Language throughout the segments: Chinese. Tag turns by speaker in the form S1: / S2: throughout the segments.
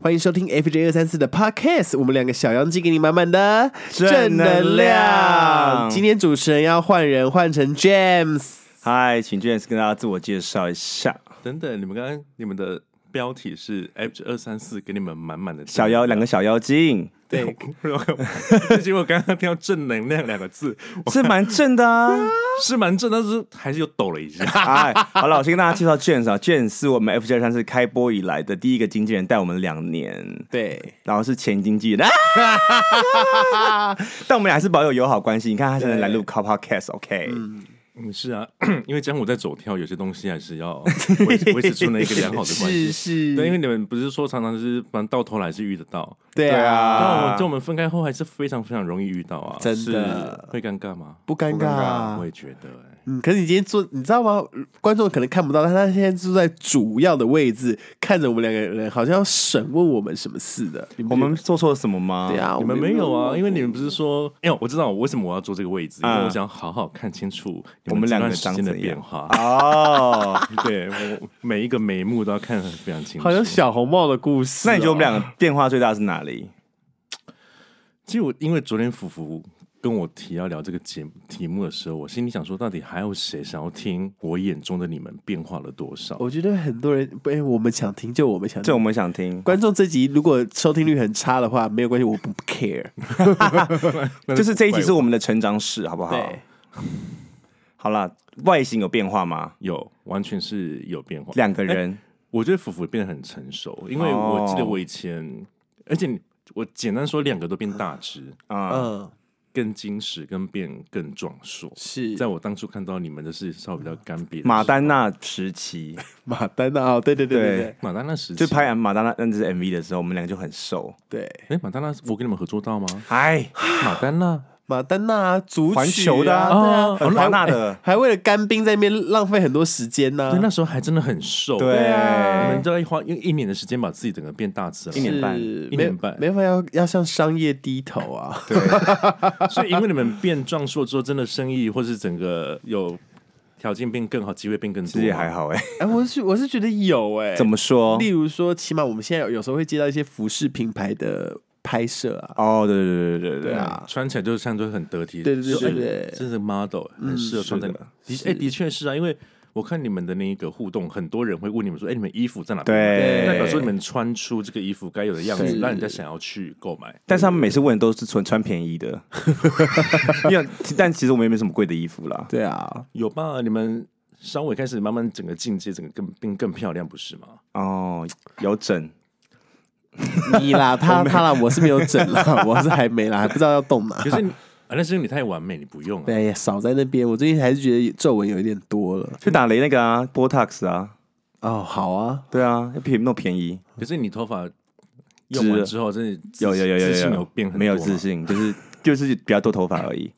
S1: 欢迎收听 FJ 二三四的 Podcast，我们两个小妖精给你满满的
S2: 正能量
S1: 今天主持人要换人，换成 James。
S2: 嗨，请 James 跟大家自我介绍一下。
S3: 等等，你们刚刚你们的标题是 F 二三四，给你们满满的
S2: 小妖，两个小妖精
S3: 对， 结果刚刚听到正能量两个字，我
S2: 是蛮正 的啊。
S3: 是蛮正，但是还是又抖了一下。
S2: 哎，好了，我先跟大家介绍 James 啊，James 是我们 FJ 三是开播以来的第一个经纪人，带我们两年，
S1: 对，
S2: 然后是前经纪人，啊、但我们俩还是保有友好关系。你看他现在来录 c o Podcast，OK？、
S3: 嗯，是啊， 因为江湖在走跳，有些东西还是要 维维持住那一个良好的 关
S1: 是
S3: 系。
S1: 是，
S3: 对，因为你们不是说常常是，反正到头来还是遇得到。
S1: 对
S2: 对
S1: 啊，
S2: 啊
S3: 那我们就我们分开后还是非常非常容易遇到啊，
S1: 真
S3: 是
S1: 的
S3: 会尴尬吗？
S1: 不尴
S2: 不尴
S1: 尬啊
S3: 我。也觉得、欸，
S1: 嗯，可是你今天坐，你知道吗？观众可能看不到，但他现在坐在主要的位置，看着我们两个人，好像要审问我们什么似的。你不
S2: 我们
S1: 觉
S2: 做错了什么吗？
S1: 得对啊，
S3: 你
S1: 我
S3: 们没有啊，因为你们不是说，哎、呦，我知道我为什么我要坐这个位置，因为
S2: 啊
S3: 我想好好看清楚你
S2: 我们
S3: 这
S2: 两
S3: 段
S2: 个
S3: 时
S2: 长
S3: 间的
S2: 怎样
S3: 变化。
S2: 哦，
S3: 对我每一个眉目都要看得非常清楚。
S1: 好像，小红帽的故事哦。
S2: 那你觉得我们两个变化最大是哪里？
S3: 其实我因为昨天福福跟我提要聊这个节目题目的时候，我心里想说，到底还有谁想要听我眼中的你们变化了多少？
S1: 我觉得很多人不，哎我们想听就我们想
S2: 这
S1: 听。
S2: 我们想听，
S1: 观众这集如果收听率很差的话，没有关系，我不 care。
S2: 就是这一集是我们的成长史，好不好？
S1: 对，
S2: 好啦，外形有变化吗？
S3: 有完全是有变化。
S2: 两个人，
S3: 我觉得福福变得很成熟，因为我记得我以前，而且你我简单说，两个都变大只，
S2: 啊，
S1: 嗯，
S3: 更矜持，跟变更壮硕。
S1: 是
S3: 在我当初看到你们的是稍微比较干瘪的时候，
S2: 马丹娜时期，
S1: 马丹娜哦，对对对对对
S2: 对
S3: 马丹那时期
S2: 就拍马丹娜那支 MV 的时候，我们两个就很瘦。
S1: 对，
S3: 哎、马丹娜，我跟你们合作到吗？
S2: 哎，
S3: 马丹娜
S1: 马丹娜足
S2: 环
S1: 曲
S2: 球的
S1: 啊，
S2: 啊
S1: 对啊，
S2: 很华纳
S3: 哎
S2: 的，
S1: 还为了干冰在那边浪费很多时间呢
S3: 对，。那时候还真的很 瘦。
S2: 对
S3: 我
S2: 啊
S3: 们都要花用一年的时间把自己整个变大只了。
S2: 一年半
S1: 是
S3: 一
S1: 没
S3: 年半
S1: 没办法要要向商业低头啊。
S3: 所以因为你们变壮硕之后，真的生意或是整个有条件变更好，机会变更多。
S2: 其实也还，好哎。
S1: 哎，我是我是觉得有哎，
S2: 怎么 说
S1: 例？如说，起码我们现在有有时候会接到一些服饰品牌的拍摄啊，
S2: 哦，对对对对对
S1: 对
S2: 对，
S1: 啊，
S3: 穿起来就相对很得体。
S1: 对对对
S3: 就哎
S1: 对对
S3: 这是 model，很适合穿在。
S2: 嗯是的
S3: 的哎，的确是啊，因为。我看你们的那个互动，很多人会问你们说：“哎、你们衣服在哪边买？”
S2: 对
S3: 代表说你们穿出这个衣服该有的样
S1: 是
S3: 子，让人家想要去购买。
S2: 但是他们每次问的都是纯穿便宜的， 因为但其实我们也没什么贵的衣服啦。
S1: 对 啊，
S3: 有吧？你们稍微开始慢慢整个进阶，整个更变更漂亮，不是 吗？
S2: 哦，有整，
S1: 你啦，他他啦，我是没有整啦，我是还没啦，还不知道要动哪
S3: 可。是你，啊，那是因为你太完美，你不用啊。
S1: 哎呀，少在那边，我最近还是觉得皱纹有一点多了。
S2: 去打雷那个啊，Botox 啊，
S1: 哦，好啊，
S2: 对啊，要便宜那么便宜，
S3: 可是你头发用完
S2: 直
S3: 之后，真的自
S2: 有有有有
S3: 自信有
S2: 有
S3: 变很多吗
S2: 没有自？信，就是就是比较多头发而已。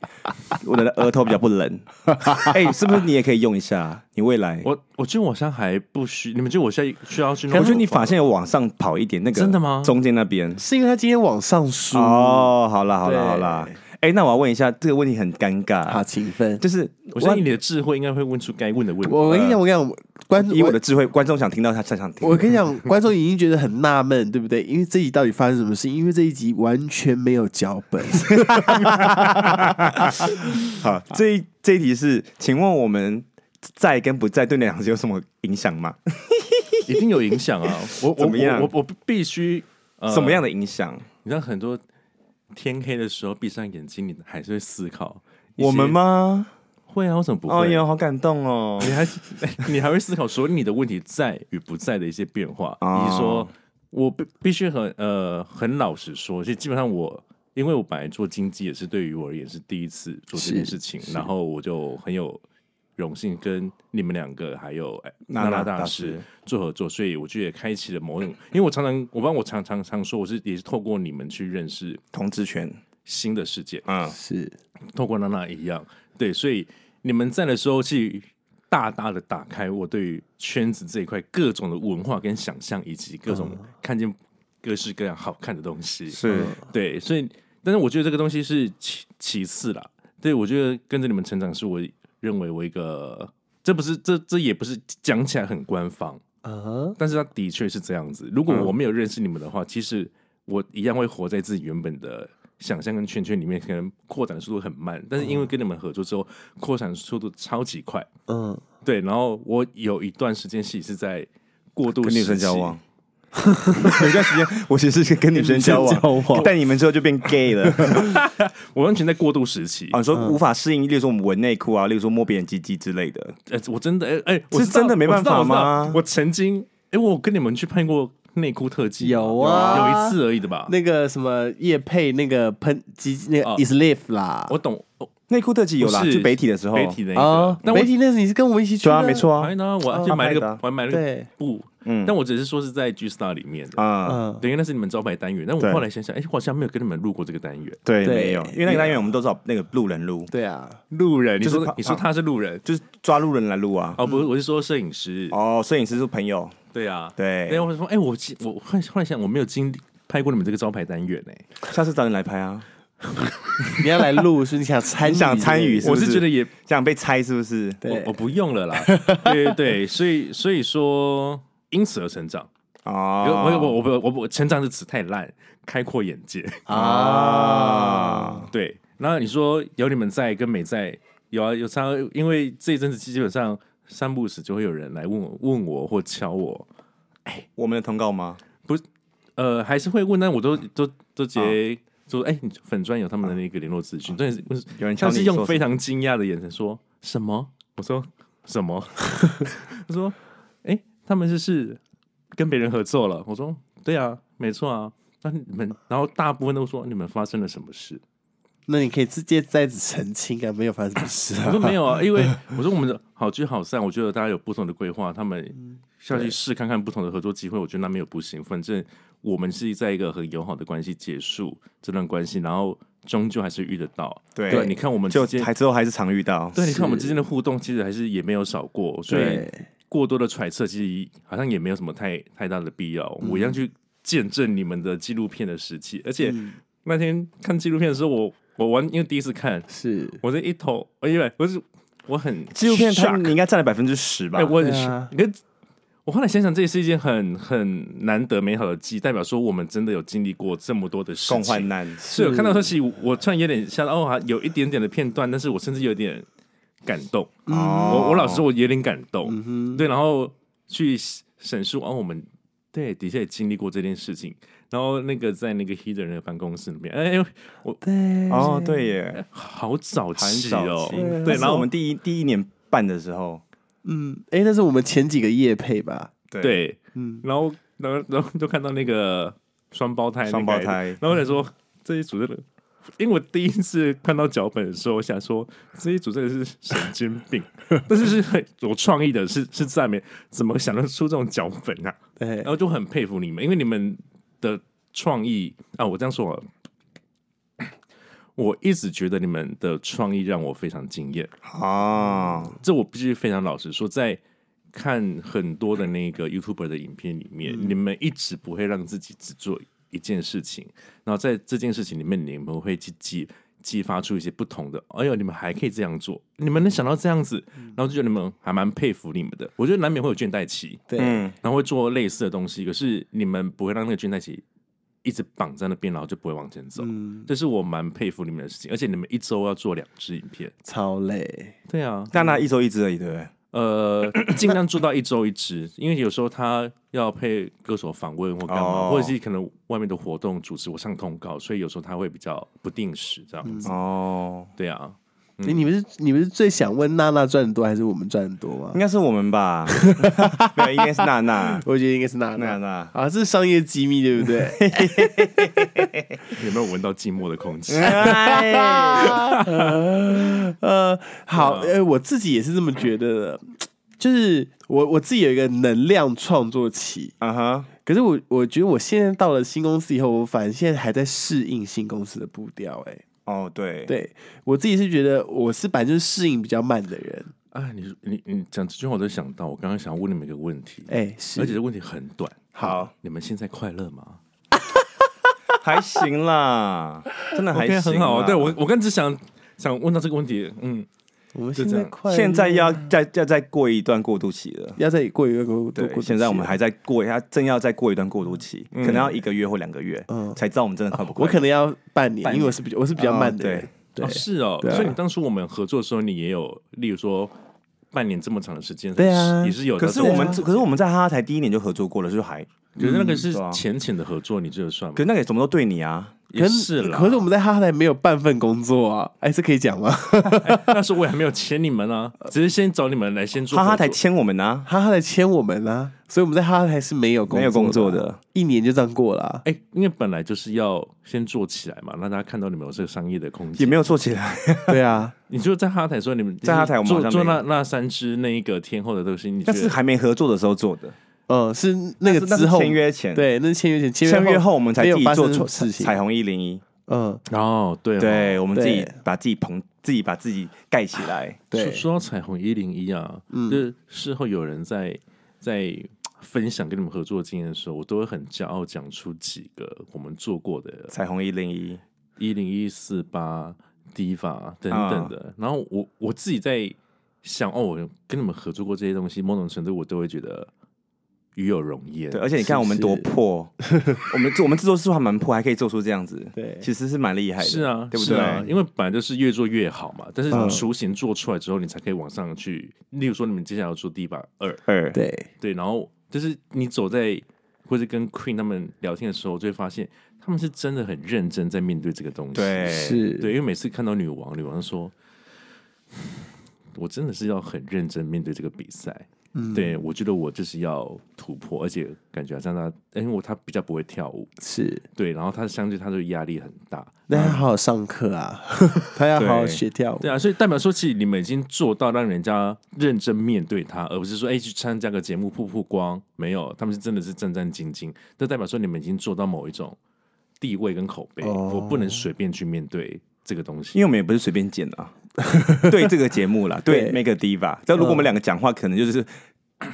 S2: 我的额头比较不冷， 哎、是不是你也可以用一下？你未来，我
S3: 我我觉得我现在还不需，你们觉得我现在需要去弄？
S2: 觉得你发线有往上跑一点，那个
S3: 真的吗
S2: 中间那边。
S1: 是因为他今天往上输，
S2: 哦，好啦好
S1: 对
S2: 啦好啦，哎、那我要问一下，这个问题很尴
S1: 好
S2: 尬，
S1: 啊勤奋。
S2: 就是
S3: 我相信你的智慧应该会问出该问的问题。呃
S1: 我我跟你讲，我跟你讲，观
S2: 呃以我
S1: 我
S2: 的智慧，观众想听到他才想听。
S1: 我跟你讲，观众已经觉得很纳闷，对不对？因为这一集到底发生什么事？因为这一集完全没有脚 本。
S2: 好，这一这一题是，请问我们在跟不在对你俩是有什么影响吗？
S3: 一定有影 响啊！我我
S2: 怎么样
S3: 我我我必须呃
S2: 什么样的影响？
S3: 你知道很多天黑的时候闭上眼睛，你还是会思考。
S2: 我们？吗？
S3: 会啊，为什么不
S2: 哎
S3: 会？
S2: 呦，好感动哦！
S3: 你还你还会 思考说你的问题在与不在的一些变化，
S2: 哦
S3: 以及说我必必须很呃很老实说，其实基本上我因为我本来做经济也是对于我而言是第一次做这件事情，然后我就很有荣幸跟你们两个还有哎
S2: 娜
S3: 娜
S2: 娜
S3: 娜
S2: 大
S3: 大
S2: 师
S3: 师做合作，所以我觉得也开启了某种，因为我常常我帮我常常常说我是也是透过你们去认识
S2: 同志权，
S3: 新的世界，
S2: 嗯，
S1: 是，
S3: 透过娜娜一样，对，所以你们在的时候去大大的打开我对于圈子这一块各种的文化跟想象，以及各种看见各式各样好看的东西。
S2: 是啊
S3: 对，所以但是我觉得这个东西是其其次啦。对，我觉得跟着你们成长是我认为我一个，这不是这这也不是讲起来很官方，
S2: 啊
S1: 嗯哼，
S3: 但是他的确是这样子。如果
S2: 嗯
S3: 我没有认识你们的话，其实我一样会活在自己原本的想象跟圈圈里面，可能扩展速度很慢。但是因为跟你们合作之后，扩展速度超级快。
S1: 嗯，
S3: 对，然后我有一段时间其实是在过渡
S2: 跟女
S3: 时
S2: 生
S3: 期
S2: 交往。 有一段时间，我其实是跟女生交
S1: 跟女生交往
S2: 往，但你们之后就变 gay 了。
S3: 我完全在过渡时期。
S2: 啊，你说无法适应，例如说我们闻内裤啊，例如说摸别人鸡鸡之类的，
S3: 哎、我真的哎哎、我
S2: 是
S3: 知道
S2: 真的没办法
S3: 我知道我知
S2: 吗
S3: 道我曾经哎、我跟你们去拍过内裤特技吗，
S1: 有啊
S3: 有一次而已的吧。
S1: 那个什么叶佩那个喷机那个
S3: 哦
S1: is live 啦，
S3: 我懂，哦
S2: 内裤特辑有啦，
S3: 不是
S2: 就北体的时候，哦
S3: 北体的一个，
S1: 啊，
S3: 但我
S1: 媒体那是你是跟我们一起去
S2: 对
S1: 的，
S2: 啊，没错啊
S3: 哎，呢，我还
S2: 他
S3: 去买
S2: 拍
S3: 那
S2: 的
S3: 个
S2: 啊，
S3: 我还买那
S1: 对
S3: 个布，
S2: 嗯
S3: 但我只是说是在 G Star 里面的，
S2: 啊，
S1: 嗯，
S3: 等于那是你们招牌单元。但
S2: 对
S3: 我后来想想，哎，我好像没有跟你们录过这个单元。
S2: 对，
S1: 对
S2: 没有，因为那个单元我们都找那个路人录，
S1: 对啊，
S3: 路人，你
S2: 就是
S3: 说
S2: 怕
S3: 你说他是路人，
S2: 就是抓路人来录啊。
S3: 哦，不是，我是说摄影师，
S2: 哦，摄影师是朋友，
S3: 对啊，
S2: 对
S3: 然后我说，哎，我其我后来后来想，我没有经历拍过你们这个招牌单元哎，
S2: 下次找你来拍啊。
S1: 你要来录，是你想参与
S2: 你想参与
S1: 是
S2: 不
S3: 我
S2: 是
S3: 是觉得也
S2: 想被猜是不是？
S1: 不是
S3: 我我
S1: 对，
S3: 不用了啦，对对对，所以所以说因此而成长，
S2: 哦，
S3: 我我我我我我成长这词太烂，开阔眼界。
S2: 啊，
S3: 对，然后你说有你们在跟没在，有啊有差，因为这一阵子基本上三不五时就会有人来问我问我或敲我，
S2: 我们的通告吗？
S3: 呃，还是会问，但我都都都直接说，哎、你粉专有他们的那个联络资讯，但是
S2: 有人敲
S3: 他
S2: 你
S3: 是
S2: 说
S3: 用
S2: 什
S3: 非常惊讶的眼神说什么？我说什么？ 他说，哎、他们是是跟别人合作了。我说，对啊，没错啊。那你们，然后大部分都说你们发生了什么事？
S1: 那你可以直接在此澄清啊，没有发生什么事
S3: 我
S1: 啊，
S3: 说没 有啊，因为我说我们的好聚好散，我觉得大家有不同的规划，他们下去试看看不同的合作机会，我觉得那没有不行。反正我们是在一个很友好的关系结束这段关系，然后终究还是遇得到。
S2: 对
S3: 你看我们
S2: 就
S3: 之间，
S2: 还之后还是常遇到，
S3: 对，你看我们之间的互动，其实还是也没有少过，所以
S1: 对
S3: 过多的揣测其实好像也没有什么太太大的必要。我
S2: 嗯
S3: 一样去见证你们的纪录片的时期，而且那天看纪录片的时候，我我玩因为第一次看，
S1: 是
S3: 我这一头，我因为我是我很
S2: 纪录片它
S3: shock
S2: 你应该占了百分之十吧
S3: 哎、？我很
S1: 对啊
S3: shock 你看，我后来想想，这也是一件很很难得美好的记忆，代表说我们真的有经历过这么多的事
S2: 共患
S3: 情。
S2: 难，
S3: 所以我看到这戏，我突然有点像哦，还有一点点的片段，但是我甚至有点感动。
S2: 哦
S3: 嗯
S2: 嗯
S3: 我我老实说，我有点感动。对，然后去审视哦，我们对的确也经历过这件事情。然后那个在那个 Heather 那个办公室里面，哎、
S1: 对
S2: 哦，对耶，
S3: 好早
S2: 很
S3: 期
S2: 少
S3: 哦，
S2: 见
S3: 对，
S2: 那是
S3: 然后
S2: 我们第一第一年半的时候，
S1: 嗯，哎，那是我们前几个夜配吧，
S3: 对，
S1: 嗯
S3: 然后然后然后就看到那个双胞胎那个
S2: 双胞胎
S3: 然后我想说这一组真的，因为我第一次看到脚本的时候，我想说这一组真的是神经 病，但是是很有创意的，是是赞美，怎么想得出这种脚本啊？
S1: 对
S3: 然，后就很佩服你们，因为你们的创意啊，我这样说好了。我一直觉得你们的创意让我非常惊艳，
S2: 啊，
S3: 这我必须非常老实说，在看很多的那个 YouTuber 的影片里面，你们一直不会让自己只做一件事情，然后在这件事情里面，你们会去激激发出一些不同的。哎呦，你们还可以这样做，你们能想到这样子，然后就觉得你们还蛮佩服你们的。我觉得难免会有倦怠期，
S1: 对，
S2: 嗯，
S3: 然后会做类似的东西，可是你们不会让那个倦怠期一直绑在那边，然后就不会往前走。
S1: 嗯，
S3: 这是我蛮佩服你们的事情，而且你们一周要做两支影片，
S1: 超累，
S3: 对啊，
S2: 但那一周一支而已，对不对？
S3: 呃，尽量做到一周一支，因为有时候他要配歌手访问或干嘛，
S2: 哦
S3: 或者是可能外面的活动主持我上通告，所以有时候他会比较不定时这样子。
S2: 哦，
S3: 对啊，
S1: 哎，你们是你们是最想问娜娜赚得多还是我们赚得多吗
S2: 应？该是我们 吧？没有，应该是娜娜，
S1: 我觉得应该是娜
S2: 娜
S1: 娜
S2: 娜。
S1: 啊，这是商业机密，对不对？
S3: 有没有闻到寂寞的 空气？
S2: 哎
S1: 呃，好，呃，我自己也是这么觉得的，就是我我自己有一个能量创作期，
S2: 啊哈，
S1: 可是我我觉得我现在到了新公司以后，我反正现在还在适应新公司的步调、欸，哎，
S2: 哦，对，
S1: 对我自己是觉得我是本来就是适应比较慢的人，
S3: 哎，你你你讲这句话，我都想到，我刚刚想问你们一个问题，
S1: 哎、
S3: 而
S1: 是，
S3: 且这问题很短。
S2: 好，
S3: 你们现在快乐吗
S2: 还行啦，真的还
S3: ？OK，啊
S2: 行，
S3: 很好啊。对我，，我刚只想想问到这个问题，嗯，
S1: 我们
S3: 就
S1: 现
S3: 这
S1: 在
S3: 样
S1: 快
S2: 现在
S1: 乐
S2: 要再再再过一段过渡期了。
S1: 要再过一个过渡
S2: 对嗯
S1: 过，渡
S2: 现在我们
S1: 期
S2: 还在过，他正要再过一段过渡期，可能要一个月或两个月，
S1: 嗯
S2: 才知道我们真的快不快。
S1: 我可能要半年，
S2: 半年
S1: 因为我是比较我是比较慢的人
S2: 哦，
S1: 对
S3: 哦，是哦，
S1: 对啊
S3: 所以你当初我们合作的时候，你也有，例如说半年这么长的时间，
S1: 对啊
S3: 也是有。
S2: 可是我们，
S3: 这，
S2: 可是我们在哈哈台第一年就合作过了，就还，
S3: 可是那个是
S2: 对啊
S3: 浅浅的合作，你这个算吗
S2: 可？是那个什么都对你啊，
S3: 也是
S1: 可
S3: 啦，
S1: 可 是我们在哈台没有半份工作啊，哎，这可以讲吗？
S3: 那时候我也还没有签你们呢，只是先找你们来先做
S2: 呃哈哈台
S3: 合作
S2: 签我们啊，
S1: 哈哈台签我们啊，所以我们在哈台是没有工
S2: 没有工作
S1: 的啊，
S2: 的，
S1: 一年就这样过了啊。
S3: 哎，因为本来就是要先做起来嘛，让大家看到你们有这个商业的空
S2: 也
S3: 间。
S2: 没有做起来。
S1: 对啊，
S3: 你就在哈台说你们
S2: 在哈台我们好
S3: 做
S2: 像
S3: 做
S2: 没
S3: 那那三只那一个天后的东西，你觉
S2: 那是
S3: 得
S2: 还没合作的时候做的，
S1: 嗯，是那个
S2: 那是
S1: 之后
S2: 签约前，，
S1: 对，那是签约前，
S2: 签
S1: 签
S2: 约后我们才
S1: 没
S2: 自
S1: 有
S2: 己
S1: 发
S2: 做
S1: 生什
S2: 出
S1: 么事情。
S2: 彩虹一零一，
S1: 嗯，
S3: 哦，对哦
S2: 对我们自己
S1: 对
S2: 把自己捧，自己把自己盖起来。
S1: 对
S3: 说，说到彩虹一零一啊，
S2: 嗯
S3: 就是事后有人在在分享跟你们合作的经验的时候，我都会很骄傲讲出几个我们做过的
S2: 彩虹一零一，
S3: 一零一四八、迪法等等的。
S2: 啊
S3: 然后我我自己在想，哦，我跟你们合作过这些东西，某种程度我都会觉得与有荣焉。
S2: 对，而且你看
S1: 是
S2: 我们多
S1: 是
S2: 破，我们我们制作计划蛮破，还可以做出这样子，
S1: 对
S2: 其实是蛮厉害的，
S3: 是啊，
S2: 对不
S3: 是
S2: 对？
S3: 啊？因为本来就是越做越好嘛，但是
S1: 嗯
S3: 雏形做出来之后，你才可以往上去。例如说，你们接下来要做第八二，
S2: 二，
S1: 对，
S3: 对，然后就是你走在或者跟 Queen 他们聊天的时候，就会发现他们是真的很认真在面对这个东西。
S2: 对，
S1: 是，
S3: 对，因为每次看到女王，女王说：“我真的是要很认真面对这个比赛。”
S1: 嗯，
S3: 对，我觉得我就是要突破，而且感觉好像她，因为我她比较不会跳舞，
S1: 是。
S3: 对，然后她相对她就压力很大，
S1: 那他好好上课啊， 他要好好学跳舞
S3: 对。啊，所以代表说，其实你们已经做到让人家认真面对他，而不是说哎、去参加个节目曝曝光，没有，他们是真的是战战兢兢。这代表说你们已经做到某一种地位跟口碑，
S1: 哦
S3: 我不能随便去面对这个东
S2: 因
S3: 西。
S2: 为我们也不是随便剪啊，对这个节目啦，
S1: 对
S2: 对 Make a Diva，但如果我们两个讲话，可能就是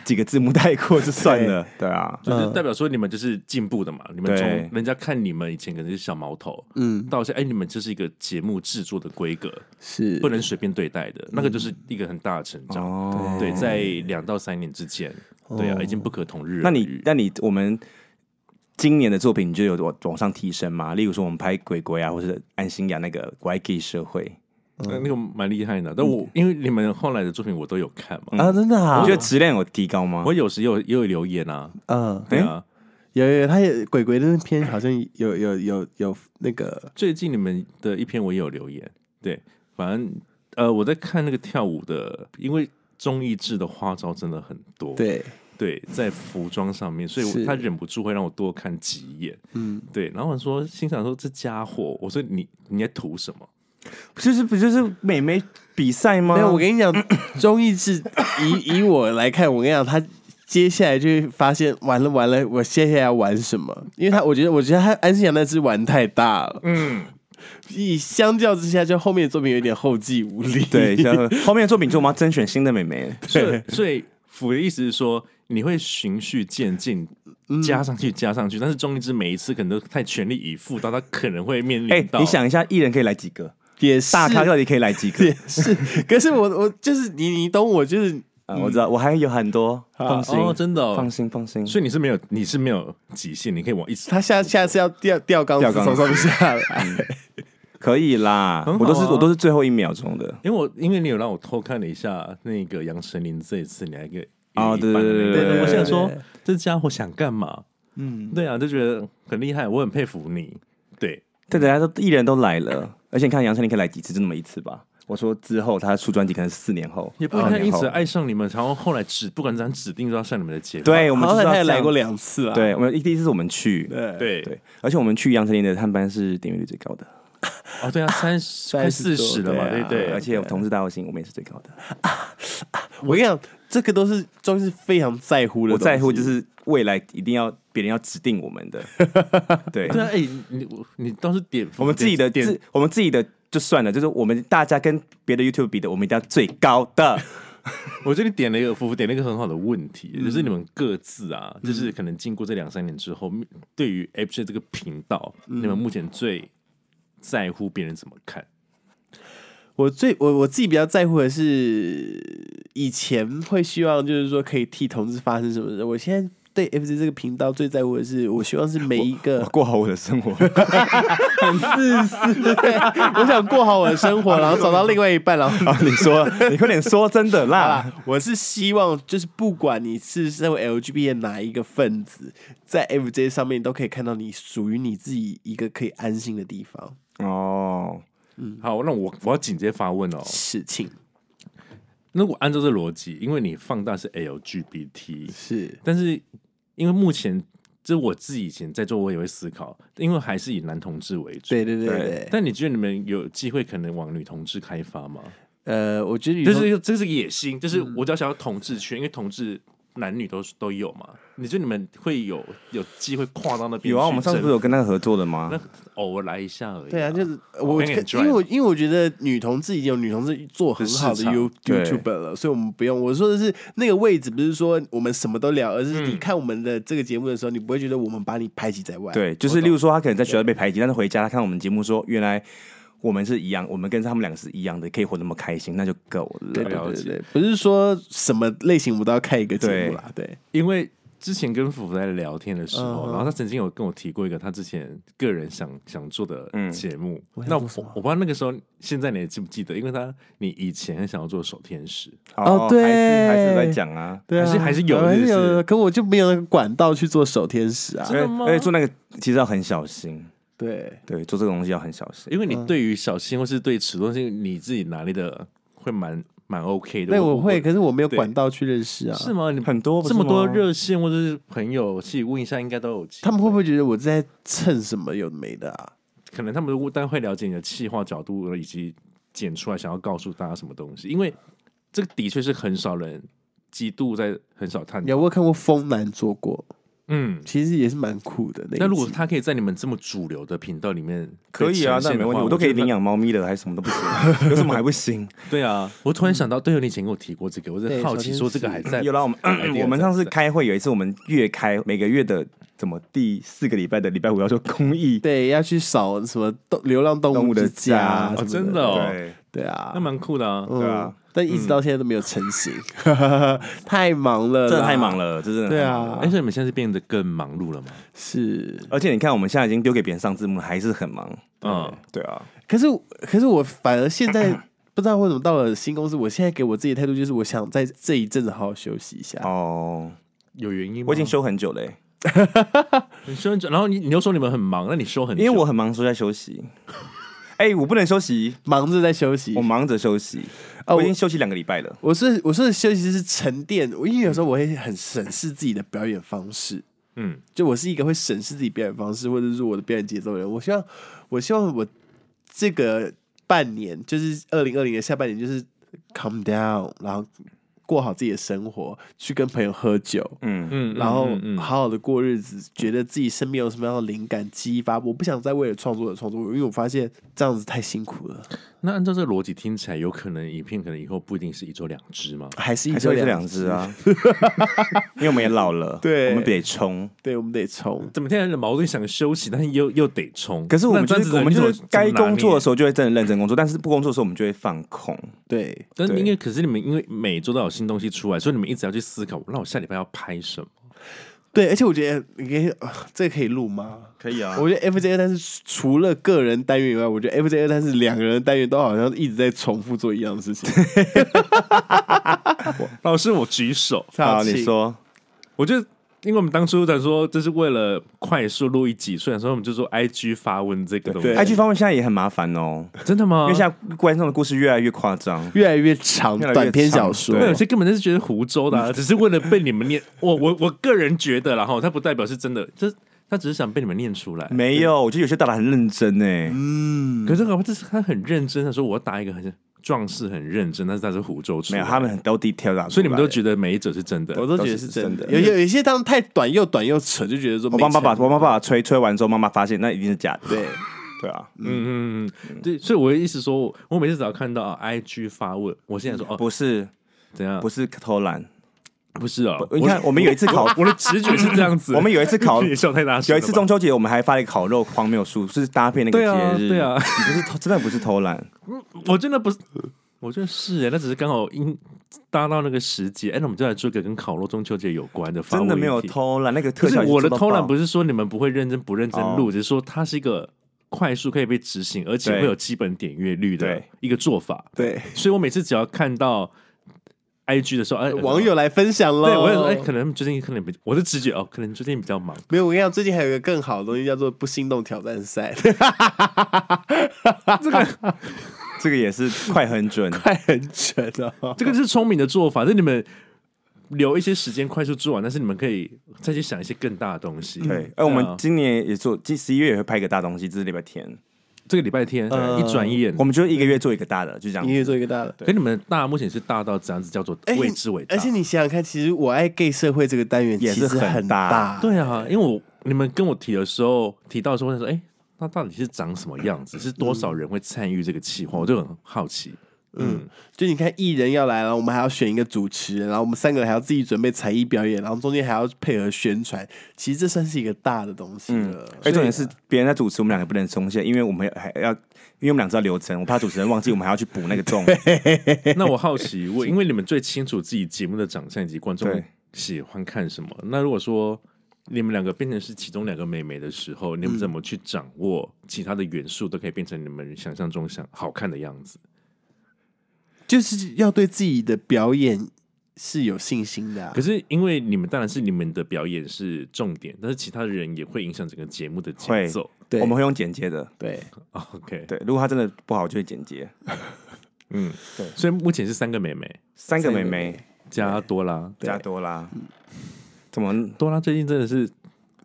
S2: 几个字幕带过就算了，对啊，
S3: 就是代表说你们就是进步的嘛，你们从
S2: 对
S3: 人家看你们以前可能是小毛头，
S1: 嗯，
S3: 到现在哎、你们这是一个节目制作的规格，
S1: 是
S3: 不能随便对待的，那个就是一个很大的成长。
S2: 嗯哦
S3: 对，在两到三年之间，对
S1: 哦
S3: 啊，已经不可同日而语。
S2: 那你那你我们今年的作品你就有往往上提升吗？例如说我们拍鬼鬼啊，或是安心雅那个 YG 社会，
S3: 呃那个蛮厉害的，
S2: 嗯
S3: 但我因为你们后来的作品我都有看嘛，
S1: 啊，真的啊，
S2: 你觉得质量有提高吗
S3: 我？有时也有也有留言啊，
S1: 嗯，
S3: 对啊，
S1: 有有，有他也鬼鬼的那篇好像有有有有那个
S3: 最近你们的一篇我也有留言，对，反正呃我在看那个跳舞的，因为综艺制的花招真的很多，
S1: 对，
S3: 对，在服装上面，所以
S1: 是
S3: 我他忍不住会让我多看几眼，
S1: 嗯，
S3: 对，然后我说心想说这家伙，我说你你在图什 么？
S2: 不就是不就是美眉比赛吗？
S1: 没有，我跟你 讲，综艺是以以我来看，我跟你讲，他接下来就会发现，完了完了，我接下来要玩什么？因为他，我觉得，我觉得他安心阳那只玩太大了，
S3: 嗯，
S1: 以相较之下，就后面的作品有点后继无力。
S2: 对，像后面的作品中我们要甄选新的美 眉，
S3: 所以所以腐的意思是说，你会循序渐进
S2: 嗯
S3: 加上去加上去，但是中一之每一次可能都太全力以赴，到他可能会面
S2: 哎
S3: 临到、
S2: 你想一下，艺人可以来几个？
S1: 也是
S2: 大咖到底可以来几个
S1: 也？是，可是我我就是你你懂我就是
S2: 啊，我知道，我还有很多，放心，
S3: 哦，真的、
S2: 放
S3: 哦，
S2: 心，放心。
S3: 所以你是没有你是没有极限，你可以往一直
S1: 他下下次要吊吊钢丝
S2: 吊
S1: 从
S2: 钢丝嗯
S1: 上面下来，
S2: 可以啦，
S3: 很好啊
S2: 我都是我都是最后一秒钟的。
S3: 因为我因为你有让我偷看了一下那个杨丞琳这一次，你还给
S2: 哦对
S3: 一
S2: 对
S3: 半的那个
S2: 对对对
S3: 我想说
S1: 对
S3: 这家伙想干嘛？
S1: 嗯，
S3: 对啊，就觉得很厉害，我很佩服你。对，
S2: 但大家都艺人都来了，而且你看杨丞琳可以来几次，就那么一次吧。我说之后他出专辑可能是四年后，
S3: 也不应该
S2: 五
S3: 因
S2: 年后
S3: 此。爱哦上你们，然后后来指不管怎样指定都要上你们的节目。
S2: 对，哎我们
S1: 好
S2: 就是
S1: 歹
S2: 要
S1: 他也
S2: 这样
S1: 来过，两次啊，
S2: 对，我们第一次是我们去，
S1: 对
S3: 对
S2: 对，而且我们去杨丞琳的探班是点阅率最高的，
S3: 哦，对啊，三十
S1: 30
S3: 快四十了嘛，
S1: 多对
S3: 对
S1: 啊
S3: 对，
S2: 而且同志大游行我们也是最高的。
S1: 我跟你讲，这个都是中是非常在乎的，
S2: 我在乎就。是未来一定要别人要指定我们的，对，
S3: 对啊，哎，你我你倒是点
S2: 我们自己的
S3: 点
S2: 自我们自己的就算了，就是我们大家跟别的 YouTube 比的，我们一定要最高的。
S3: 我觉得你点了一个，福福点了一个很好的问题，就是你们各自啊，就是可能经过这两三年之后，对于 FJ 这个频道，你们目前最在乎别人怎么看？
S1: 我最我我自己比较在乎的是，以前会希望就是说可以替同志发生什么事，我现在。对 FC 这个频道最在乎的是，我希望是每一个
S2: 我过好我的生 活，
S1: 很自私、 我想过好我的生活，然后找到另外一半，然后
S2: 啊，你说，你快点说，真的啦
S1: 啊！，我是希望就是不管你是身为 LGBT 的哪一个分子，在 FJ 上面都可以看到你属于你自己一个可以安心的地方。
S2: 哦，
S3: 好，那我我要紧接发问哦。
S1: 事情
S3: 如果按照这逻辑，因为你放大是 LGBT，
S1: 是
S3: 但是因为目前这我自己以前在做，我也会思考，因为还是以男同志为主。
S1: 对对对对
S2: 对
S1: 对，
S3: 但你觉得你们有机会可能往女同志开发吗？
S1: 呃，我觉得
S3: 就
S1: 就是
S3: 这是野心，就是
S1: 嗯
S3: 我只要想要同志圈，因为同志男女都是都有嘛。你觉得你们会有有机会跨到那边去征服？
S2: 有啊，我们上次不是有跟那个合作的吗？
S3: 那偶尔来一下而已。
S1: 对啊，就是
S3: 我
S1: 我
S3: 跟你
S1: 因
S3: 拽
S1: 为我因为我觉得女同志已经有女同志做很好的
S3: 的市场
S1: You
S2: 对
S1: YouTuber 了，所以我们不用。我说的是那个位置，不是说我们什么都聊，而是你看我们的这个节目的时候，你不会觉得我们把你排挤在外。
S2: 对，就是例如说，他可能在学校被排挤，但是回家他看我们节目说，原来我们是一样，我们跟他们两个是一样的，可以活那么开心，那就够
S1: 对
S2: 了。
S1: 对
S3: 了
S1: 对
S3: 解
S1: 对，不是说什么类型我们都要开一个节
S2: 对
S1: 目啦，对。
S3: 因为之前跟福福在聊天的时候，
S1: 嗯
S3: 然后他曾经有跟我提过一个他之前个人想想做的
S1: 嗯
S3: 节目。那我
S1: 啊
S3: 我不知道那个时候，现在你还记不记得？因为他你以前很想要做守天使，
S1: 哦对
S2: 还是还是在讲啊。
S1: 对
S3: 还是还是有
S1: 还
S3: 是
S1: 是
S3: 不是
S1: 有的，可我就没有那个管道去做守天使啊
S3: 真。的吗
S2: 而且做那个其实要很小心，
S1: 对，
S2: 对，做这个东西要很小心。
S3: 因为你
S1: 嗯
S3: 对于小新或是对尺度性你自己拿捏的会蛮蛮 OK 的。
S1: 对，我会，可是我没有
S3: 对
S1: 管道去认识啊。
S3: 是吗？你
S2: 很多不
S3: 这
S2: 是
S3: 么多
S2: 吗
S3: 热线或者是朋友，去问一下，应该都有。
S1: 他们会不会觉得我在蹭什么有的没的啊？
S3: 可能他们但会了解你的气化角度以及剪出来想要告诉大家什么东西，因为这个的确是很少人极度在很少探
S1: 有
S3: 讨。
S1: 没有看过风男做过？
S3: 嗯，
S1: 其实也是蛮酷的那一集。
S3: 那如果他可以在你们这么主流的频道里面
S2: 可以啊，那
S3: 被呈现的
S2: 没
S3: 话
S2: 问题，我都可以领。
S3: 觉
S2: 养猫咪的，还是什么都不 行，有什么还不行？
S3: 得对啊，我突然想
S2: 嗯
S3: 到，对哦，你以前跟我提过这个，我
S1: 对
S3: 是好奇
S1: 小
S3: 说
S1: 天
S3: 这
S1: 使
S3: 个还在
S2: 有啦，我 们
S3: idea
S2: 我们上次
S3: 在
S2: 开会有一次，我们月开每个月的怎么第四个礼拜的礼拜五要做公益，
S1: 对要去扫什么动流浪动
S2: 动
S1: 物
S2: 物的
S1: 之家啊什
S2: 家
S3: 哦，
S1: 么
S3: 真的哦，
S2: 对，
S1: 对啊
S3: 那，蛮酷的啊。
S1: 嗯
S2: 对啊，
S1: 但一直到现在都没有成型， 太忙了，
S2: 真的太忙
S1: 了。
S2: 了，这真的
S1: 对
S2: 太忙了。
S1: 啊
S3: 哎，，所以你们现在是变得更忙碌了吗？
S1: 是
S2: 而且你看，我们现在已经丢给别人上字幕，还是很忙。
S3: 嗯，
S2: 对啊，
S1: 可是，可是我反而现 在不知道为什么到了新公司，我现在给我自己的态度就是，我想在这一阵子好好休息一下。
S2: 哦，
S3: 有原因吗？
S2: 我已经休很久了欸，
S3: 你休很久，然后你你又说你们很忙，那你休很久，
S2: 因为我很忙，所以在休 息。哎，我不能休息，
S1: 忙着在休息
S2: 我，忙着休息，
S1: 啊
S2: 哦我已
S1: 我
S2: 经休息两个礼拜了。
S1: 我是我是休息是沉淀，我因为有时候我会很审视自己的表演方式，
S3: 嗯，
S1: 就我是一个会审视自己表演方式或者是我的表演节奏的人。我希望，我希望我这个半年，就是二零二零的下半年，就是 calm down，然后过好自己的生活，去跟朋友喝酒，
S2: 嗯，
S3: 嗯，嗯
S1: 然后
S3: 嗯嗯
S1: 好好的过日子，觉得自己身边有什么样的灵感激发。我不想再为了创作而创作，因为我发现这样子太辛苦了。
S3: 那按照这个逻辑听起来，有可能影片可能以后不一定是一周两支嘛？
S1: 还是一
S2: 还是
S1: 周
S2: 会这
S1: 两
S2: 两只啊， 因为我们也老了，
S1: 对
S2: 我们得冲。
S1: 对，我们得冲。
S3: 怎么听起来的矛盾想休息，但是又又得冲？
S2: 可是我们
S3: 那这
S2: 就
S3: 样子
S2: 是我们
S3: 你怎
S2: 就
S3: 么
S2: 是该工作的时
S3: 候，
S2: 候就会真的认真工作，但是不工作的时候我们就会放空。
S1: 对，
S3: 但是
S2: 对
S3: 因为可是你们因为每周都有新东西出来，所以你们一直要去思考，那我下礼拜要拍什么？
S1: 对，而且我觉得你可以，啊这个可以录吗？
S2: 可以啊
S1: 我觉得 FJ 二单是除了个人单元以外，我觉得 FJ 二单是两个人的单元都好像一直在重复做一样的事 情。
S3: 老师，我举手。
S2: 好，
S1: 请
S2: 你说，
S3: 我觉得，因为我们当初在说这是为了快速录一集，虽然说我们就说 IG 发问这个东西
S1: 对，
S2: IG 方面现在也很麻烦哦，
S3: 真的吗？
S2: 因为现在观众的故事越来越夸张。
S1: 越来越长
S2: 越来越
S1: 短篇小
S2: 长
S1: 说
S3: 那
S2: 对
S3: 有些根本就是觉得胡诌 的、啊，只是为了被你们念。我我我个人觉得啦，然后他不代表是真的，这他只是想被你们念出来。
S2: 没有，我觉得有些打的很认真哎，
S3: 可是搞不好这是他很认真的说，我要打一个很壮士很认真，但是他是啊胡诌出
S2: 没
S3: 来。
S2: 有，他们很都 detail 啊打出来，
S3: 所以你们都觉得每一者是真的。
S1: 我都觉得
S2: 都
S1: 是
S2: 是
S1: 真
S2: 真
S1: 的。
S2: 的
S1: 有有有一些当太短又短又扯，就觉得说
S2: 我
S1: 没
S2: 帮爸爸，
S1: 成
S2: 我帮爸爸吹吹完之后，妈妈发现那一定是假的。
S1: 对，
S2: 对啊，
S3: 嗯嗯嗯，对，所以我的意思说，我我每次只要看到、啊、IG 发问，我现在说哦，
S2: 不是
S3: 怎样？
S2: 不是偷懒，
S3: 不是哦，
S2: 你看我们有一次烤，
S3: 我的直觉是这样子。
S2: 我们有一次烤，
S3: 你也笑太大声
S2: 有
S3: 了吧
S2: 一次中秋节我们还发了一个烤肉荒谬书，是搭配那个
S3: 对啊
S2: 节日。
S3: 对啊，
S2: 你不是偷真的不是偷懒，
S3: 我真的不是，我觉得是耶，那只是刚好因搭到那个时节。哎，那我们就来做一个跟烤肉中秋节有关的发
S2: 真的
S3: 问
S2: 没有
S3: 题
S2: 偷懒，那个
S3: 可
S2: 特
S3: 是
S2: 效
S3: 我的偷懒不
S2: 是
S3: 是说你们不会认真不认真录，
S2: 哦
S3: 只是说它是一个快速可以被执行，而且
S2: 对
S3: 会有基本点阅率的
S2: 对
S3: 一个做法。
S1: 对，
S3: 所以我每次只要看到 IG 的时候，哎，
S1: 网友来分享喽。
S3: 对我也说，哎，可能最近可能比我的直觉哦，可能最近比较忙。
S1: 没有，我跟你讲，最近还有一个更好的东西叫做“不心动挑战赛 ，
S2: 这个也是快很 准”，
S1: 快很准哦。
S3: 这个是聪明的做法，是你们留一些时间快速做完，但是你们可以再去想一些更大的东西。
S2: 对，
S3: 哎，
S2: 而我们今年也做，今十一月也会拍一个大东西，这是礼拜天，
S3: 这个礼拜天
S1: 呃
S3: 一转眼，
S2: 我们就一个月做一个大的，就这样
S1: 音乐
S2: 子。
S1: 做一个大的，
S3: 可你们大目前是大到怎样子叫做
S1: 而且
S3: 未知伟大
S1: 而且？哎你想想看，其实我爱 gay 社会这个单元
S2: 也是
S1: 其实很
S2: 很大
S1: 大，
S3: 对啊，因为我你们跟我提的时候提到的时候，我想说，哎、那到底是长什么样子？是多少人会参与这个企划？我就很好 奇。
S1: 嗯，就你看艺人要来了，我们还要选一个主持人，然后我们三个人还要自己准备才艺表演，然后中间还要配合宣传，其实这算是一个大的东西
S2: 嗯
S1: 了。，
S2: 而重点是别人在主持，我们两个不能松懈，因为我们还要，因为我们俩知道流程，我怕主持人忘记，我们还要去补那个洞。
S3: 那我好奇，我因为你们最清楚自己节目的长相以 及观众
S2: 对
S3: 喜欢看什么。那如果说你们两个变成是其中两个美眉的时候，
S1: 嗯
S3: 你们怎么去掌握其他的元素都可以变成你们想象中想好看的样子？
S1: 就是要对自己的表演是有信心的、啊
S3: 可。是因为你们当然是你们的表演是重点，但是其他的人也会影响整个节目的节
S2: 会
S3: 奏。
S1: 对
S2: 我们会用剪接的，
S1: 对，
S3: OK，
S2: 对，如果他真的不好，我就会剪接。
S3: 嗯，
S2: 对
S3: 所以目前是三个美眉
S2: 三个
S1: 三个
S2: 妹妹
S3: 加多拉，
S2: 加多啦，
S1: 嗯
S2: 怎么
S1: 哦
S3: 多拉最近真的是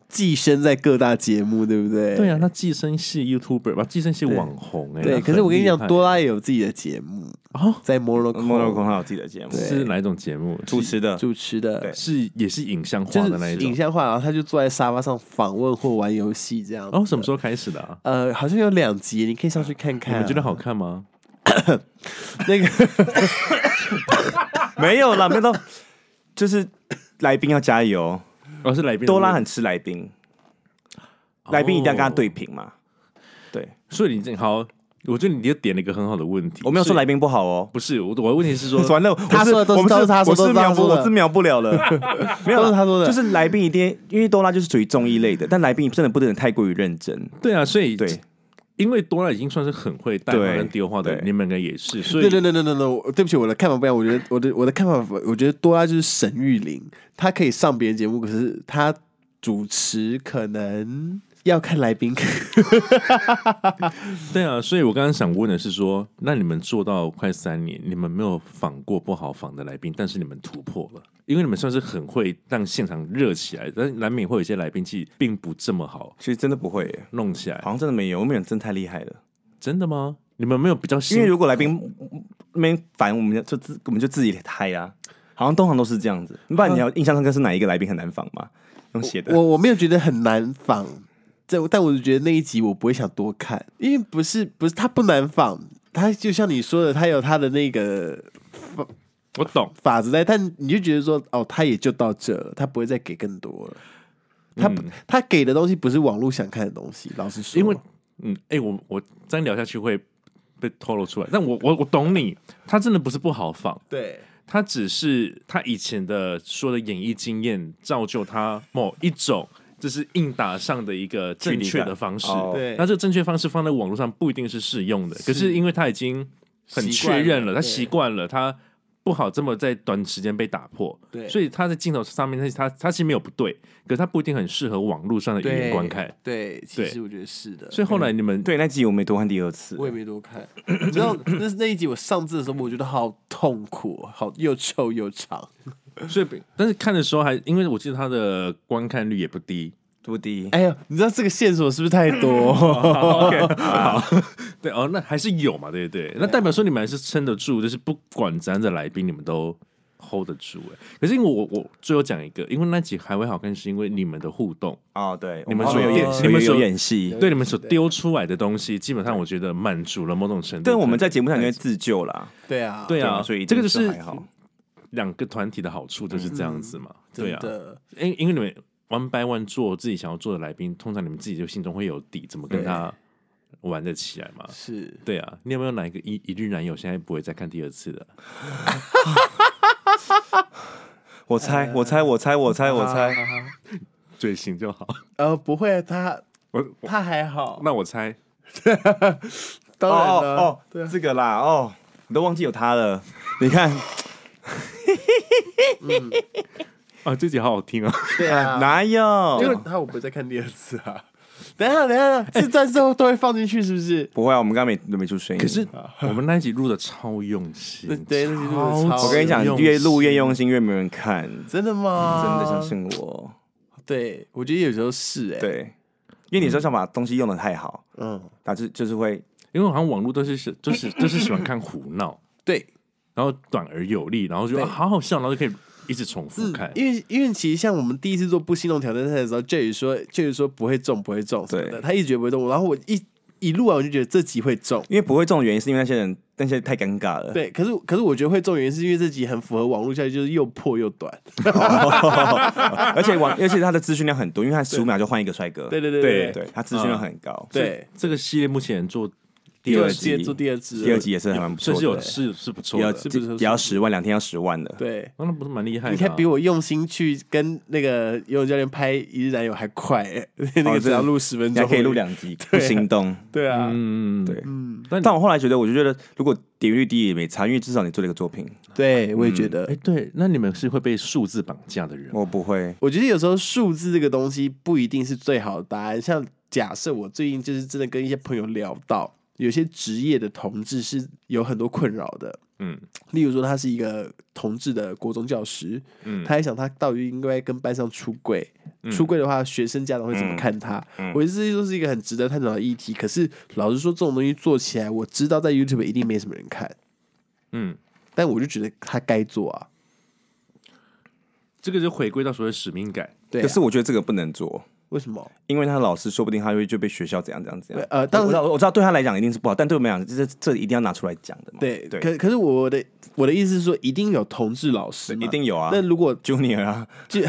S1: 寄生在各大节目，对不对？
S3: 对啊，那寄生系 YouTuber 吧，寄生系网红哎、
S1: 对。
S3: 那
S1: 可是我跟你讲
S3: 很，厉害
S1: 多拉也有自己的节目，
S3: 哦
S1: 在 Monaco
S2: m o n o 还有自己的节目
S1: 对
S3: 是哪一种节目？
S2: 主持的，
S1: 主持的
S2: 对，
S3: 是也是影像
S1: 就
S3: 化的那
S1: 是
S3: 一
S1: 影
S3: 种。
S1: 像化，然后他就坐在沙发上访问或玩游戏这样。
S3: 哦，什么时候开始的、啊？
S1: 呃，好像有两集，你可以上去看
S3: 你
S1: 看、啊。
S3: 们觉得好看吗？
S1: 那个？
S2: 没有啦，没有到，就是来宾要加油，
S3: 哦，是来宾的
S2: 多拉
S3: 问
S2: 很吃来宾，来宾一定要跟他对
S3: 哦
S2: 平嘛。对，
S3: 所以你这好，我觉得你就点了一个很好的问题。
S2: 我没有说
S3: 是
S2: 来，宾不好哦。，
S3: 不是我，我的问题是说
S2: 完 了，我
S1: 他说的都是
S2: 我们
S1: 都是他说
S2: 我
S1: 都
S2: 是
S1: 是他
S2: 秒不，
S1: 说的
S2: 我是秒不 了了。没有
S1: 都
S2: 啦
S1: 是他说的
S2: 就是来宾一定，因为多拉就是属于综艺类的，但来宾真的不能太过于认真。
S3: 对啊，所以
S2: 对，
S3: 因为多拉已经算是很会带话
S2: 对
S3: 跟丢话的，
S2: 对
S3: 你们两个 也是，所以
S1: 对对对对对对，我对不起，我的看法不一样。我觉得我的我的看法不，我觉得多拉就是沈玉玲，她可以上别人节目，可是她主持可能要看来宾。
S3: 对啊，所以我刚刚想问的是说，那你们做到快三年，你们没有访过不好访的来宾，但是你们突破了，因为你们算是很会让现场热起来，但是难免会有一些来宾其实并不这么好
S2: 其实真的不会耶，
S3: 弄起来
S2: 好，像真的没有，我们人真的太厉害了。
S3: 真的吗？你们没有比较
S2: 因为
S3: 新
S2: 如果来宾没烦，我们就自我们就自己嗨啊，好像通常都是这样子。不然你要印象深刻是哪一个来宾很难仿吗？用写 的
S1: 我我没有觉得很难仿，这但我就觉得那一集我不会想多看，因为不是不是他不难仿，他就像你说的，他有他的那个
S3: 我懂，
S1: 法子在，但你就觉得说哦，他也就到这了，他不会再给更多了。他、他给的东西不是网络想看的东西，老实说，
S3: 因为嗯，哎、我我这样聊下去会被透露出来，但我我我懂你，他真的不是不好访，
S1: 对
S3: 他只是他以前的说的演艺经验造就他某一种。就是应答上的一个正
S2: 距离
S3: 确
S2: 感
S3: 的方式，
S2: 哦
S1: 对，
S3: 那这个正确方式放在网络上不一定是适用的，可是因为他已经很
S1: 习
S3: 确
S1: 惯
S3: 认
S1: 了
S3: 了，他
S1: 对
S3: 习惯了，他不好这么在短时间被打破，
S1: 对
S3: 所以他在镜头上面，他他他其实没有不对，可是他不一定很适合网络上的语言观看，
S1: 对，其
S3: 对
S1: 实我觉得是的，
S3: 所以后来你们
S2: 对那集我没多看第二次
S1: 我，也没多看。你知道那那一集我上字的时候，我觉得好痛苦，哦好又臭又长。
S3: 所以但是看的时候还因为我记得他的观看率也不低，
S2: 多低
S1: 哎呀，你知道这个线索是不是太多？
S3: 对哦，那还是有嘛，对不对？那代表说你们还是撑得住，就是不管怎样的来宾，你们都 hold 得住哎。可是因为我我最后讲一个，因为那集还会好看，是因为你们的互动，
S2: 哦，对，
S3: 你们
S2: 我
S3: 所
S2: 有演
S1: 有
S2: 戏，
S3: 你们所
S2: 有演戏，
S3: 对你们所丢出来的东西，基本上我觉得满足了某种程度。
S2: 但我们在
S3: 可能
S2: 节目上应该自救啦，
S1: 对啊，
S3: 对啊，
S2: 所以一
S3: 这
S2: 定
S3: 个就是是
S2: 还好，
S3: 两个团体的好处就是这样子嘛，对
S1: 真
S3: 啊，
S1: 的。
S3: 因因为你们 one by one 做自己想要做的来宾，通常你们自己就心中会有底，怎么跟
S1: 对
S3: 他玩得起来嘛。
S1: 是
S3: 对啊，你有没有哪一个一一日男友现在不会再看第二次的？
S2: 我猜，我猜，我猜，我猜，我
S1: 啊
S2: 猜，
S3: 最新就好。
S1: 呃，不会啊，他
S3: 我我
S1: 他还好，
S3: 那我猜
S1: 当然
S2: 哦
S1: 了，
S2: 哦，
S1: 对啊，
S2: 这个啦，哦，你都忘记有他 了。你看，
S3: 啊，这集好好听啊！
S1: 对啊，
S2: 哪
S1: 因为
S2: 有？
S1: 他我不会再看第二次啊。 等一下，等一下，这段之后都会放进去，是不是？
S2: 不会啊，我们刚刚没没出声音。
S3: 可 是我们那一集录的超用心
S1: 对，对那集录得
S3: 超
S1: 超
S2: 我跟你讲，
S3: 用
S2: 越录越
S3: 心
S2: 用心，越没人看，真
S1: 真的吗？
S2: 的相。信我。
S1: 对，我觉得有时候是哎、，
S2: 对，因为你是想把东西用的太好，
S1: 嗯，
S2: 啊，就就是会
S3: 因为好像网络都是喜就是就是喜欢看胡闹，
S1: 对，
S3: 然后短而有力，然后就、
S1: 对
S3: 啊、好好笑，然后就可以一直重复
S1: 是
S3: 看。
S1: 因为因为其实像我们第一次做不心动挑战赛的时候，Jerry 说 Jerry 说不会中不会中什么的，
S2: 对
S1: 他一直觉得不会中，然后我一一录完我就觉得这集会中。
S2: 因为不会中的原因，是因为那些人那些太尴尬了。
S1: 对，可是可是我觉得会中原因是因为这集很符合网络效应，就是又破又短。
S2: 而且网，而且他的资讯量很多，因为他十五秒就换一个帅哥。
S1: 对
S2: 对
S1: 对对对啊
S2: 对，他资讯量很高。
S1: 对，
S3: 这个系列目前做
S2: 第二
S1: 集
S2: 集
S1: 做第二集，
S2: 第二集也是还蛮不错
S3: 算
S2: 的，
S3: 是有是是不错
S2: 也要
S3: 的，
S1: 是不是
S2: 也也要十万，两天要十万的。
S1: 对。
S3: 啊那不是蛮厉害的、啊。
S1: 你看，比我用心去跟那个游泳教练拍《一日男友》还快、 欸，那个只要录十分
S2: 哦你
S1: 钟，
S2: 还可以录。两集，不心动。
S1: 对啊，
S3: 嗯，
S2: 对，
S1: 嗯，
S3: 但
S2: 但我后来觉得，我就觉得如果点击率低也没差，因为至少你做了一个作品。
S1: 对，我也觉得。
S3: 哎、对，那你们是会被数字绑架的人吗，
S2: 我不会，
S1: 我觉得有时候数字这个东西不一定是最好的答案。像假设我最近就是真的跟一些朋友聊到，有些职业的同志是有很多困扰的。
S3: 嗯
S1: 例如说，他是一个同志的国中教师，
S3: 嗯
S1: 他，还想他到底应该跟班上出柜，出柜的话，学生家长会怎么看他？
S2: 嗯
S1: 我觉得这些都是一个很值得探讨的议题。可是老实说，这种东西做起来，我知道在 YouTube 一定没什么人看，
S3: 嗯，
S1: 但我就觉得他该做啊。
S3: 这个就回归到所谓使命感。
S1: 对啊
S2: 可是我觉得这个不能做，
S1: 为什么？
S2: 因为他老师说不定他会就被学校怎样怎样怎
S1: 对
S2: 样。
S1: 呃，当
S2: 我知
S1: 然
S2: 道，我知道对他来讲一定是不好，但对我们来讲，这这一定要拿出来讲的嘛。
S1: 对，
S2: 对，
S1: 可可是我的我的意思是说，一定有同志老师嘛，
S2: 一定有啊。
S1: 那如果
S2: Junior 啊，
S1: 就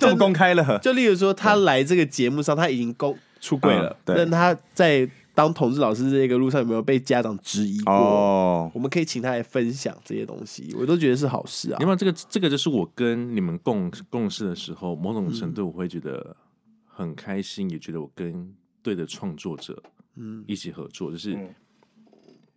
S2: 这么公开了，
S1: 就例如说他来这个节目上，他已经公出柜了，
S2: 嗯
S1: 那
S2: 对
S1: 他在当同志老师这个路上有没有被家长质疑过？
S2: 哦，
S1: 我们可以请他来分享这些东西，我都觉得是好事啊
S3: 你。们这个这个就是我跟你们共共事的时候，某种程度我会觉得很开心，也觉得我跟对的创作者
S1: 嗯，
S3: 一起合作，就是
S2: 嗯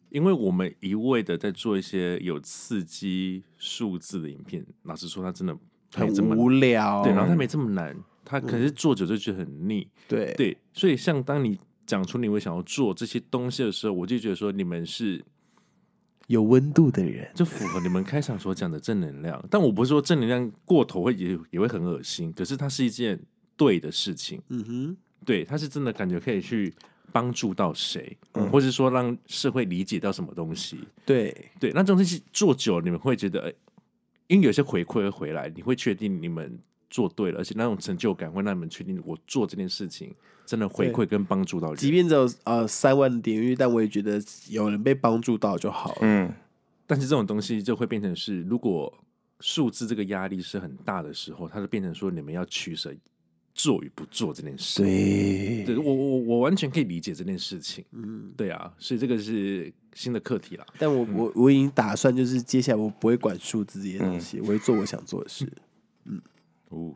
S3: 因为我们一味的在做一些有刺激数字的影片，老实说，它真的
S1: 很
S3: 没这么
S1: 无聊，嗯
S3: 对，然后它没这么难，它可是作者就觉得很腻，
S1: 对
S3: 对，所以像当你讲出你会想要做这些东西的时候，我就觉得说你们是
S1: 有温度的人，
S3: 就符合你们开场所讲的正能量，但我不是说正能量过头会也也会很恶心，可是它是一件对的事情，
S1: 嗯哼，
S3: 对，它是真的感觉可以去帮助到谁，
S1: 嗯
S3: 或是说让社会理解到什么东西，
S1: 对，
S3: 对，那这种东西做久了，你们会觉得，哎因为有些回馈会回来，你会确定你们做对了，而且那种成就感会让你们确定我做这件事情真的回馈跟帮助到人。
S1: 即便只有呃三万点阅，但我也觉得有人被帮助到就好了。
S2: 嗯，
S3: 但是这种东西就会变成是，如果数字这个压力是很大的时候，它就变成说你们要取舍做与不做这件事。
S1: 对
S3: 对，我我我完全可以理解这件事情。
S1: 嗯，
S3: 对啊，所以这个是新的课题啦。
S1: 但我
S2: 嗯
S1: 我我已经打算，就是接下来我不会管数字这些东
S2: 嗯
S1: 西，我会做我想做的事。
S3: 哦，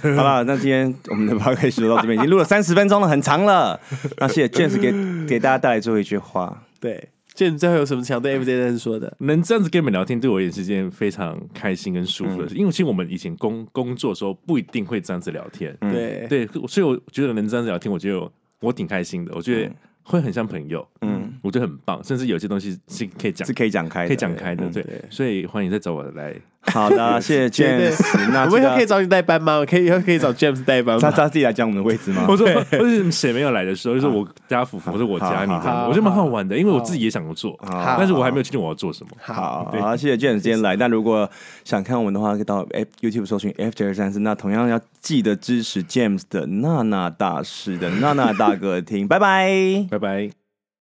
S2: 好了，那今天我们的 p o d c a 就到这边，已经录了三十分钟了，很长了。那谢谢 James 给给大家带来最后一句话。
S1: 对，就你最后有什么想
S2: 嗯
S1: 对 FJ 生说的？
S3: 能这样子跟你们聊天，对我也是件非常开心跟舒服的事。因为其实我们以前工工作的时候不一定会这样子聊天，
S2: 嗯
S1: 对
S3: 对，所以我觉得能这样子聊天，我觉得我挺开心的。我觉得会很像朋友，嗯，我觉得很棒，甚至有些东西是可以讲
S2: 是。可以讲开的，
S3: 可以讲开的，
S2: 嗯
S3: 对，所以欢迎再找我来。
S2: 好的，谢谢
S1: 绝对
S2: James。那
S1: 我们以后可以
S2: 记得
S1: 找
S2: 呃
S1: 你代班吗？我可以以后可以找 James 代班
S2: 他
S1: 吗？
S2: 他自己来讲我们的位置吗？
S3: 我说， 或者谁没有来的时候，就是我家福福，或者我
S2: 好
S3: 家你
S2: 好
S3: 这样
S1: 好
S3: 子，我觉得蛮好玩的，因为我自己也想做，
S1: 好
S3: 但是我还没有确定我要做什么。
S2: 好，好，谢谢 James 今天来。那如果想看我们的话，可以到 F YouTube 搜寻 F 九三四。那同样要记得支持 James 的娜娜大师的娜娜大歌厅。拜拜。
S3: 拜拜。